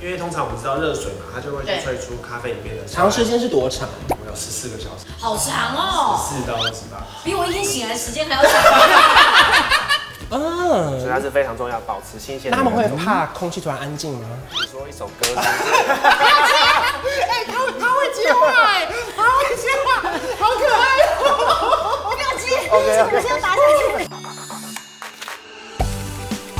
因为通常我们知道热水嘛，它就会去对萃出咖啡里面的长时间是多长？我们有十四个小时，好长哦，四到二十八，比我一天醒来的时间还要长。所以嗯，它是非常重要，保持新鲜那的。他们会怕空气突然安静吗？比如说一首歌 是不是，哎，他他会接话，哎，他会接话，好可爱哦。我不要接，我先打下去。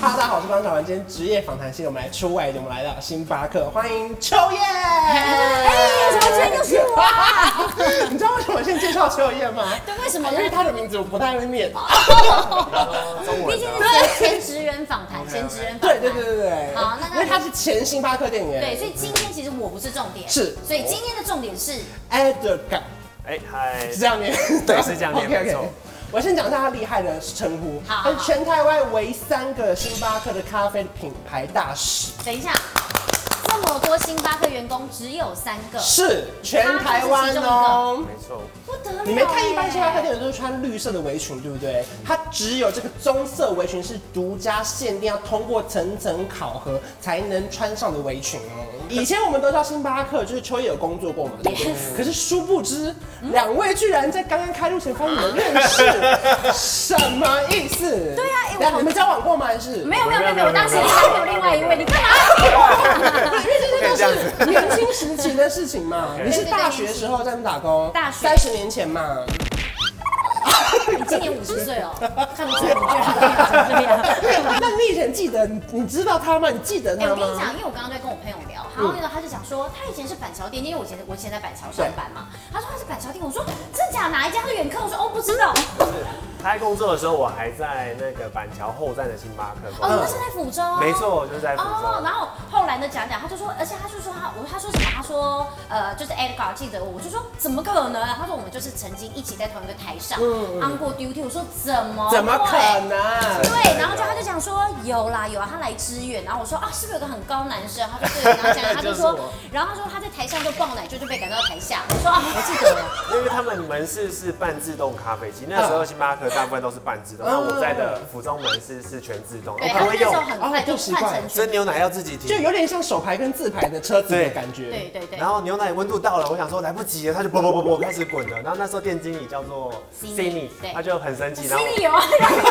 哈喽，大家好，我是方小文，今天职业访谈系列，我们来出外景，我们来到星巴克，欢迎秋叶。哎哎怎么今天又是我啊 你知道为什么先介绍秋叶吗？对，为什么因呢？为他的名字我不太会念。毕竟是前职员访谈，前职员访对谈。对对对对。好那那因为他是前星巴克店员。对，所以今天其实我不是重点，是所以今天的重点是 a d e r 哎嗨，是这样念， 对是这样念 OK，OK 没错我先讲一下他厉害的称呼，好他是全台湾唯三个星巴克的咖啡品牌大使，等一下，这么多星巴克员工只有三个，是全台湾哦。没错，不得了欸。你没看一般星巴克店员都是穿绿色的围裙，对不对？它只有这个棕色围裙是独家限定，要通过层层考核才能穿上的围裙哦。以前我们都知道星巴克就是秋叶有工作过嘛，对不对 Yes 可是殊不知，两位居然在刚刚开录前发现你们认识，什么意思？对啊哎我你们交往过吗？还是？没有没有没有没有，我当时还有另外一位，你干嘛？ 因为这这真样子的是年轻时期的事情嘛。你是大学时候在那打工，大学三十年前嘛。你今年五 十岁哦，看不出来你居然变成 这样。嗯那你以前记得你你知道他吗？你记得哎、他我跟你讲，吗？因为我刚刚在跟我朋友聊，嗯然后那个他就讲说，他以前是板桥店，因为我以前我以前在板桥上班嘛，他说他是板桥店，我说真假哪一家的远客？我说哦不知道，他在工作的时候，我还在那个板桥后站的星巴克哦工你作。那是在福州，嗯没。错，就是在福哦，州。然后后来呢讲讲，他就说，而且他就说他我他说什么？他说呃就是 Edgar 记得我，我就说怎么可能？他说我们就是曾经一起在同一个台上嗯 on 过 duty，我说怎么怎么可会能？啊对，然后就他就讲说有啦有啊，他来支援。然后我说啊，是不是有个很高男生？他说对，然后讲他就说啊就是我，然后他说他在台上就爆奶，就就被赶到台下。我说啊，我记得了。因为他们门市是半自动咖啡机，那时候星巴克大部分都是半自动，嗯那我在的府中门市是全自动，对，我他不们会那时用候。很快哦就就习换惯成蒸全。牛奶要自己就提，有点像手牌跟自牌的车子的对感觉。对对对。嗯然后牛奶温度到了，我想说来不及了，他就啵啵啵啵开始滚了。然后那时候店经理叫做 Cindy， Cindy，对他就很生气，心然后里有啊，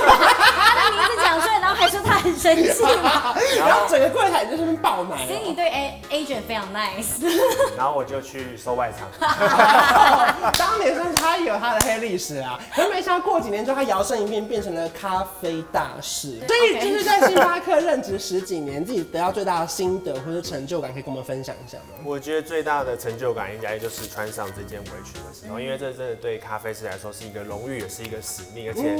他名字讲出来，然后还说他很生气嘛。啊然后整个柜台就在那边爆奶心哦。里对 A agent 非常 nice。然后我就去收外场。哦啊当年算是他有他的黑历史啊，可是没想到过几年之后，他摇身一变变成了咖啡大师。所以 OK 就是在星巴克任职十几年，自己得到最大的心得或者成就感，可以跟我们分享一下吗？我觉得最大的成就感应该就是穿上这件围裙的时候，因为这真的对咖啡师来说是一个荣誉，也是一个使命，而且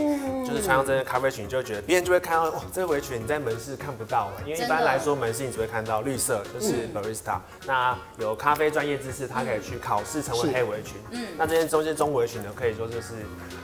就是穿上这件咖啡裙，就会觉得别人就会看到哇，哦这个围裙你在门市看不到因为一真的般来说门市你只会看到绿色，就是 barista，那有咖啡专业知识，他可以去考试成是为黑围裙，嗯，那这件中间中围裙呢，可以说就是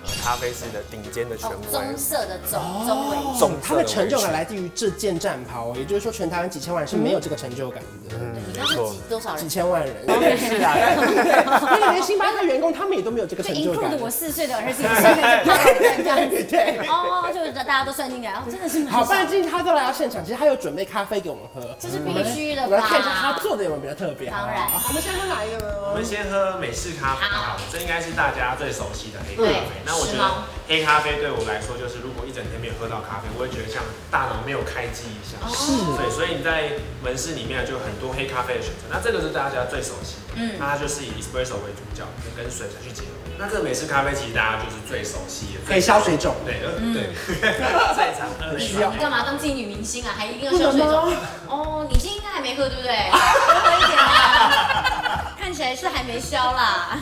呃咖啡师的顶尖的权哦，棕威。色的棕棕尾棕色他的围裙成就感来自于这件战袍，也就是说全台湾几千万人是没有这个成就感的。嗯你没刚是错几多少几人？千万人，是啊 对，因为连星巴克员工他们也都没有这个就成就感 include。我四岁的儿子也是因为他这样子。 对，哦，就是大家都算进来，哦，真的是蛮好，少范进他都来到现场，其实他有准备咖啡给我们喝，这是必须的吧我们来看一下他做的有没有比较特别。当然好不好我们先喝哪一个我们呢？先喝美式咖啡好了，这应该是大家最熟悉的黑咖啡对。那我觉时髦得黑咖啡对我来说，就是如果一整天没有喝到咖啡，我会觉得像大脑没有开机一样。对，所以你在门市里面就有很多黑咖啡的选择。那这个是大家最熟悉的，嗯，嗯那它就是以 espresso 为主角，跟水下去结合。那这个美式咖啡其实大家就是最熟悉的，可以消水肿对，呃对， 最常喝的一需款要你干嘛当自己女明星啊？还一定要秀水不肿能吗？哦，你今天应该还没喝对不 对？喝一点啊，看起来是还没消啦。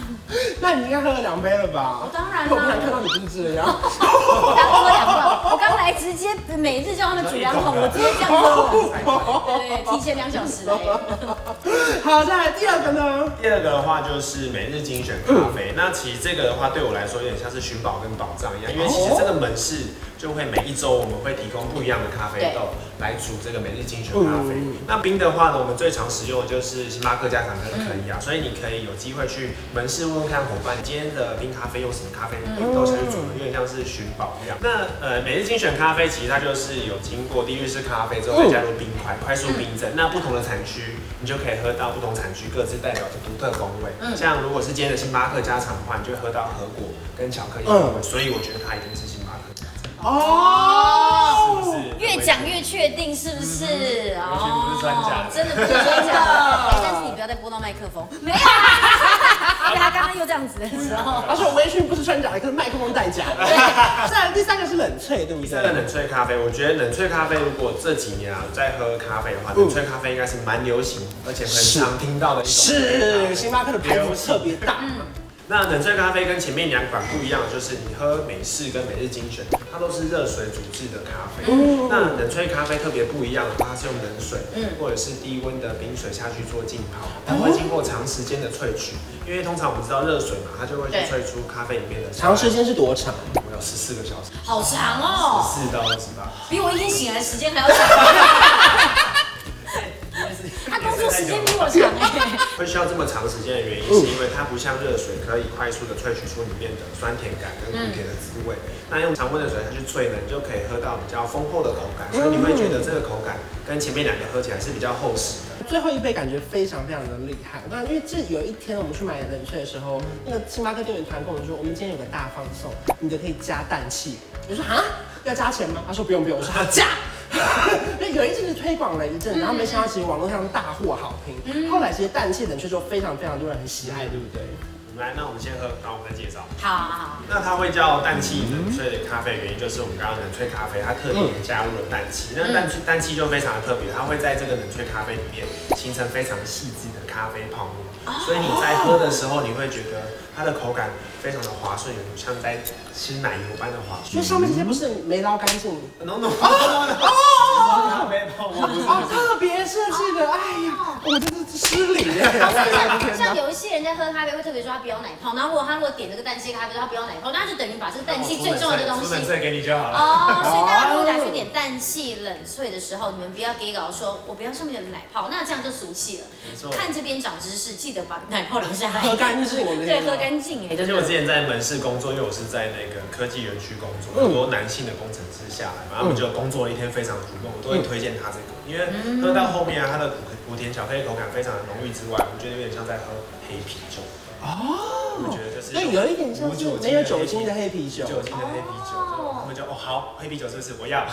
那你应该喝了两杯了吧？我当然啦我不然看到你就是这 样。我刚喝两罐，我刚来直接每日叫他们煮两桶，我直接这样 喝完。对，提前两小时来。好，再来第二个呢？第二个的话就是每日精选咖啡，那其实这个的话对我来说有点像是寻宝跟宝藏一样，因为其实这个门市就会每一周我们会提供不一样的咖啡豆来煮这个每日精选咖啡。嗯那冰的话呢，我们最常使用的就是星巴克加糖跟可以啊，所以你可以有机会去门市问问看伙伴，今天的冰咖啡用什么咖啡豆下去煮的，有点像是寻宝一样。那呃，每日精选咖啡其实它就是有经过地狱式咖啡之后再加入冰块，快速冰镇。那不同的产区，你就可以喝到不同产区各自代表的独特风味。嗯像如果是今天的星巴克加长的话，你就会喝到核果跟巧克力风嗯味。所以我觉得它一定是星巴克。哦，是不是越讲越确定是不是？哦尤其不是专家真的不是 专家。哎但是你不要再拨到麦克风，没有啊，因为他刚刚又这样子的时候，而且我微醺不是穿假的，可是麦克风戴假的。再来第三个是冷萃，对不这个对？冷萃咖啡，我觉得冷萃咖啡如果这几年啊在喝咖啡的嗯话，冷萃咖啡应该是蛮流行，而且很常听到的一种。是星巴克的牌子特别大，嗯那冷萃咖啡跟前面两款不一样，的就是你喝美式跟每日精选，它都是热水煮制的咖啡。那冷萃咖啡特别不一样的话，它是用冷水，或者是低温的冰水下去做浸泡，它会经过长时间的萃取。因为通常我们知道热水嘛，它就会去对萃出咖啡里面的长时间是多长？我们有十四个小时，好长哦，四到二十八。比我一天醒来的时间还要长。他工作时间比我长哎。会需要这么长时间的原因，是因为它不像热水可以快速的萃取出里面的酸甜感跟苦甜的滋味。那用常温的水下去萃呢，你就可以喝到比较丰厚的口感，所以你会觉得这个口感跟前面两个喝起来是比较厚实的。最后一杯感觉非常非常的厉害。那因为这有一天我们去买冷萃的时候，那个星巴克店员突然跟我们说，我们今天有个大放送，你的可以加氮气。我说啊，要加钱吗？他说不用不用。我说好加。 那有一阵子推广了一嗯阵，然后没想到其实网络上大获好评。后来其实氮气冷却就非常非常多人很喜爱，对不对？来，那我们先喝，然后我们再介绍。好好好，那它会叫氮气嗯冷萃的咖啡，原因就是我们刚刚冷萃咖啡，它特别加入了氮气。那氮气氮气就非常的特别，它会在这个冷萃咖啡里面形成非常细致的咖啡泡沫，哦所以你在喝的时候，你会觉得它的口感非常的滑顺，有点像在吃奶油般的滑所顺以。上面这些不是没捞干嗯净。浓浓 哦，咖啡泡沫。哦，特别设计的，哎呀，我真是失礼耶！我的天哦 像 哪有一些人在喝咖啡会特别说他不要奶泡，然后如果他如果点这个氮气咖啡，他不要奶泡，那就等于把这个氮气最重要的东出西冷萃给你就好了。哦，所以大家如果拿去点氮气冷萃的时候，你们不要给搞说，我不要上面有奶泡，那这样就俗气了错。看这边长知识，记得把奶泡留下来，喝干净我的天对，哪喝干净哎，而真且我之的。前在门市工作，因为我是在那个科技园区工嗯作，很多男性的工程师下来嘛，他们就工作了一天非常苦闷，我都会嗯推荐他这个，因为喝到后面啊，它的苦苦甜巧克力口感非常的浓郁之外，我觉得有点像在喝黑啤酒。哦，我觉得就是所以有一点像是没有酒精的黑啤酒无酒精的黑啤酒，哦他们就哦好，黑啤酒是不是我要？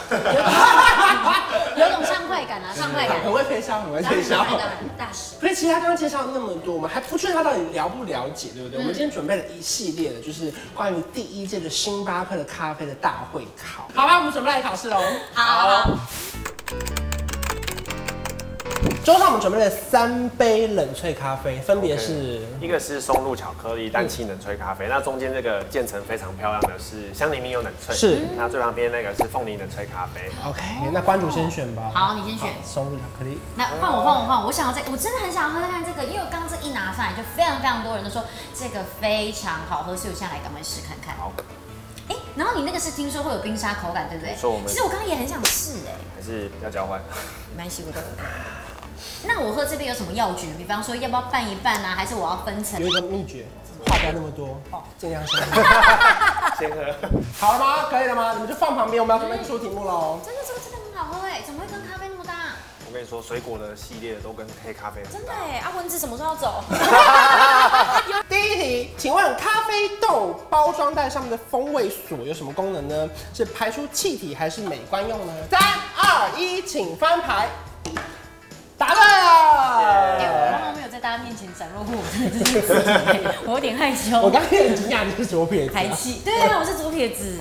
有种畅快感啊，畅快感，很会推销，很会当然推销。当然大使。所以其实他刚刚介绍那么多，我们还不确定他到底了不了解，对不对？我们今天准备了一系列的，就是关于第一届的星巴克的咖啡的大会考。好啊吧，我们准备来考试喽。好好好，桌上我们准备了三杯冷萃咖啡， 分别是嗯一个是松露巧克力氮气冷萃咖啡，那中间这个渐层非常漂亮的是香柠檬柚冷萃，是那最旁边那个是凤梨冷萃咖啡。 OK，那关主先选吧。哦好你先选松露巧克力。那换我换我换我，我想要这，我真的很想喝看这个，因为我刚刚这一拿上来，就非常非常多人都说这个非常好喝，所以我现在来赶快试看看。好，哎，然后你那个是听说会有冰沙口感，对不对没错我？们其实我刚刚也很想试哎。还是要交 换。蛮喜欢的。那我喝这边有什么药局？比方说，要不要拌一拌啊？还是我要分层有？一个秘诀，话不要那么多，尽量先。先喝。好了吗？可以了吗？你们就放旁边，我们要准备出题目喽。真的，这个真的很好喝哎，怎么会跟咖啡那么搭？我跟你说，水果的系列都跟黑咖啡很真的搭哎，阿蚊子什么时候要走？ 第一题，请问咖啡豆包装袋上面的风味锁有什么功能呢？是排出气体还是美观用呢？三二一，请翻牌。答对哎了。我刚刚没有在大家面前展露过我真的这件事情，我有点害羞。我刚刚也很惊讶，你是左撇子啊、排气，对啊，我是左撇子。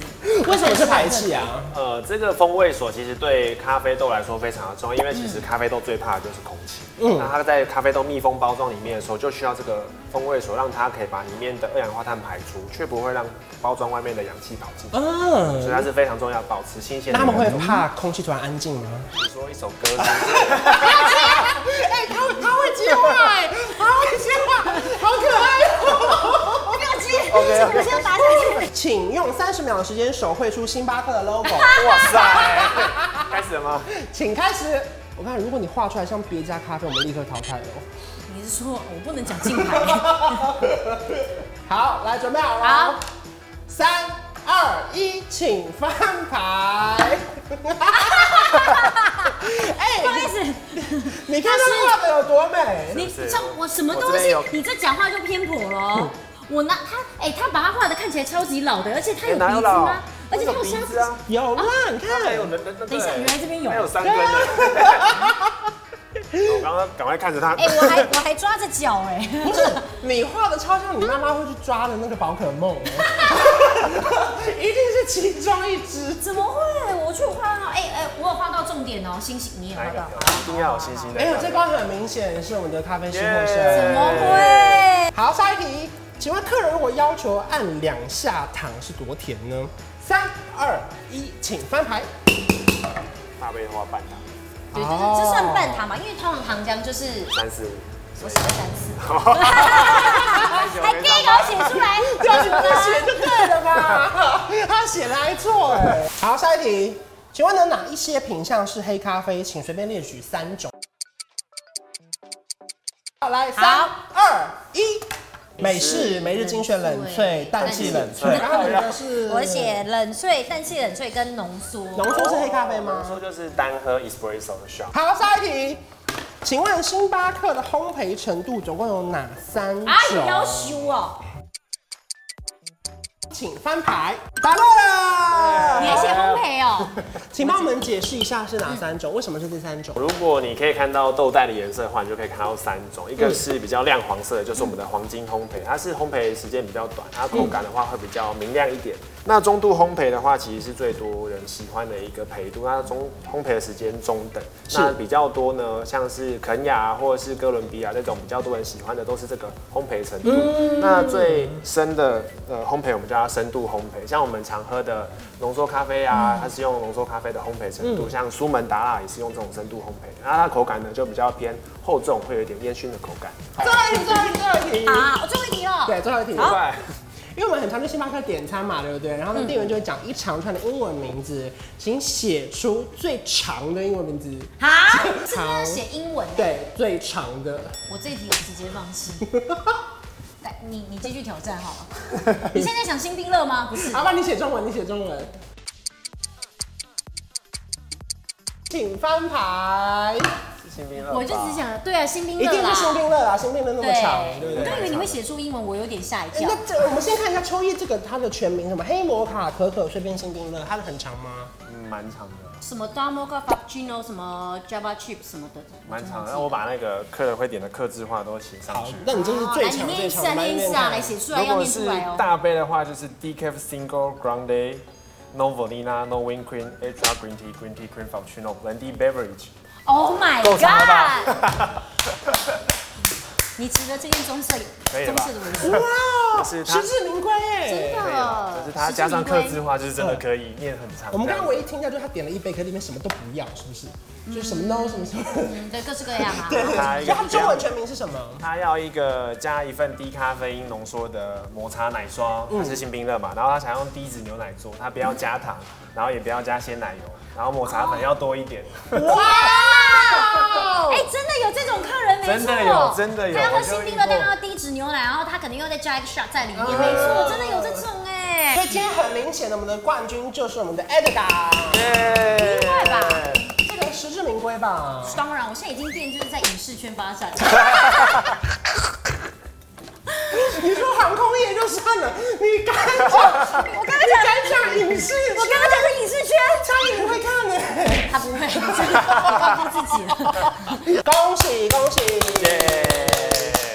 为什么是排气啊？呃，这个风味锁其实对咖啡豆来说非常的重要，因为其实咖啡豆最怕的就是空气。嗯那它在咖啡豆密封包装里面的时候，就需要这个风味锁，让它可以把里面的二氧化碳排出，却不会让包装外面的氧气跑进。所以嗯，它是非常重要，保持新鲜那的他原们种。会怕空气突然安静吗？你说一首歌是不是， 啊 哎、他他会接话、哎他会接话，好可爱哦、我不要接， OK 我 OK，先打下去。请用三十秒的时间手绘出星巴克的 logo。哇塞，开始了吗？请开始。我看，如果你画出来像别家咖啡，我们立刻淘汰哦。 你是说我不能讲金 牌？哦好，来准备好了。好，三二一，请翻牌。不好意思，你看这画的有多美？你是像我什么东我这边西有？你这讲话就偏颇 了哦。我拿他，哎、他把他画的看起来超级老的，而且他有哎哪鼻有子老吗？而且他有瞎鼻子子。啊，有啦，你看还。有人人等一下原来这边有还有三 根呢。我刚刚赶快看着他哎、，我还我还抓着脚哎、不是你画的超像你妈妈会去抓的那个宝可梦哦，一定是其中一只。怎么会？我去画到，哎、哎、我有画到重点哦，星星你也画哪一个到，一定要有信心的。哎呦，这关很明显是我们的咖啡师获耶胜。怎么会？好，下一题，请问客人如果要求按两下糖是多甜呢？三二一，请翻牌。大杯花半糖，对，这是这算半糖嘛？因为通常糖浆就是三四五。我写了三次，还还第一个写出来， 要你们写就对了吧？ 他写的还错哎。好，下一题，请问呢哪一些品相是黑咖啡？请随便列举三种。好，来，三二一。美式每日精选冷萃，淡气冷萃。然后你的是，我写冷萃、氮气冷萃跟浓缩。浓缩是黑咖啡吗？说就是单喝 espresso 的 shot，好，下一题，请问星巴克的烘焙程度总共有哪三种？啊，你要修哦，请翻牌，答对了。你还写烘焙哦？请帮我们解释一下是哪三种？为什么是这三种？如果你可以看到豆袋的颜色的话，你就可以看到三种，一个是比较亮黄色的，就是我们的黄金烘焙，它是烘焙时间比较短，它口感的话会比较明亮一点。那中度烘焙的话，其实是最多人喜欢的一个焙度，它中烘焙的时间中等。那比较多呢，像是肯雅、啊、或者是哥伦比亚这种比较多人喜欢的，都是这个烘焙程度。那最深的呃烘焙，我们叫它深度烘焙，像我们常喝的浓缩咖啡啊，它是用浓缩咖啡的烘焙程度，像苏门答腊也是用这种深度烘焙的，那它口感呢就比较偏厚重，会有一点烟熏的口感。最后一题，最后一题，最后一题。啊，我最后一题了。对，最后一题。对，因为我们很常去星巴克点餐嘛，对不对？然后呢，店员就会讲一长串的英文名字，请写出最长的英文名字。啊，是真的写英文，对，最长的。我这一题我直接放弃。来，你你继续挑战好了。你现在想新冰乐吗？不是，阿爸，你写中文，你写中文。请翻牌，我就只想对啊，新冰一乐定是新啦。兵乐啦，新兵乐那么长，对不我对？刚以为你会写出英文，我有点吓一哎跳那。这我们先看一下秋叶这个它的全名什么？黑摩卡可可碎冰新冰乐，它的很长吗？嗯，蛮长的，什么 d a m o c a Frappuccino，什么 Java Chip 什么的，蛮长的。那我把那个客人会点的客制化都写上好去，。那你这是最来啊哎你长念最一下，长的，念一下，来写出来，如要果念出是来哦。大杯的话，就是 decaf single grande no vanilla no wing cream extra green tea green tea cream frappuccino blended beverage。 Oh my 够长了 god！吧？你值得这件棕色，可以了棕吧色的纹哇 身。，是它实至名归哎！可以了，就是它加上客制化，就是真的可以念很长。我们刚刚唯一听到就是他点了一杯，可是里面什么都不要，是不是？就是什么 no 什么什么。嗯，对，各式各样啊。对，它一 所个以它中文全名是什么？它要一个加一份低咖啡因浓缩的抹茶奶霜，它嗯是新冰乐嘛，然后它想用低脂牛奶做，它不要加糖，然后也不要加鲜奶油，然后抹茶粉要多一点。哦哇！哎，真的有这种客人，没错，真的有真的有他要喝我就新冰遇乐，过嗯但他要低脂牛奶，然后他可能又再加一个 shot 在里面，没错，真的有这种哎。所以今天很明显的，我们的冠军就是我们的 Edgar，耶！外吧这个实至名归吧？当然，我现在已经变就是在影视圈发展。 你说航空业就算了，你敢讲？我刚刚你讲，敢讲影视？我刚刚讲是影视圈，差一点会看呢、他不会，他自己了。恭喜恭喜！耶！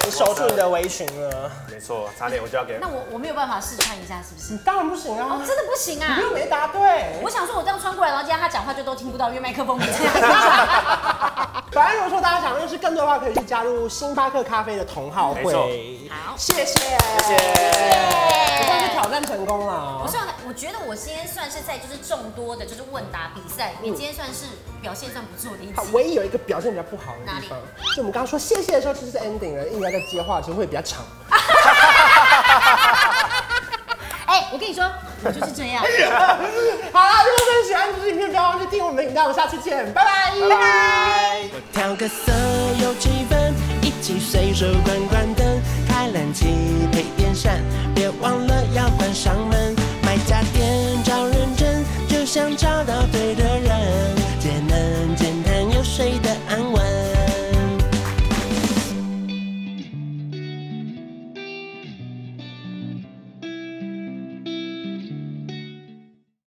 你守住你的围裙了， 没错，差点我就要给那我我没有办法试穿一下，是不是？当然不行啊哦，，真的不行啊！又没答 对。我想说，我这样穿过来，然后今天他讲话就都听不到，因为麦克风没这样。 反正如果说大家想认识更多的话，可以去加入星巴克咖啡的同好没错会。好谢谢，谢谢，我算是挑战成功了哦我。算，我觉得我今天算是在就是众多的，就是问答比赛里面，今天算是表现算不错的一好集。唯一有一个表现比较不好的地方哪，就我们刚刚说谢谢的时候，其实是 ending 了，应该在接话的时候会比较长。哎我跟你说，我就是这样。 好啦，如果各位喜欢这支影片，不要忘记订阅我们的频道，我们下次见，拜拜，拜拜。我调个色，有气氛，一起随手关关灯，开冷气配电扇，别忘了要关上门。买家电找认真，就像找到对的人。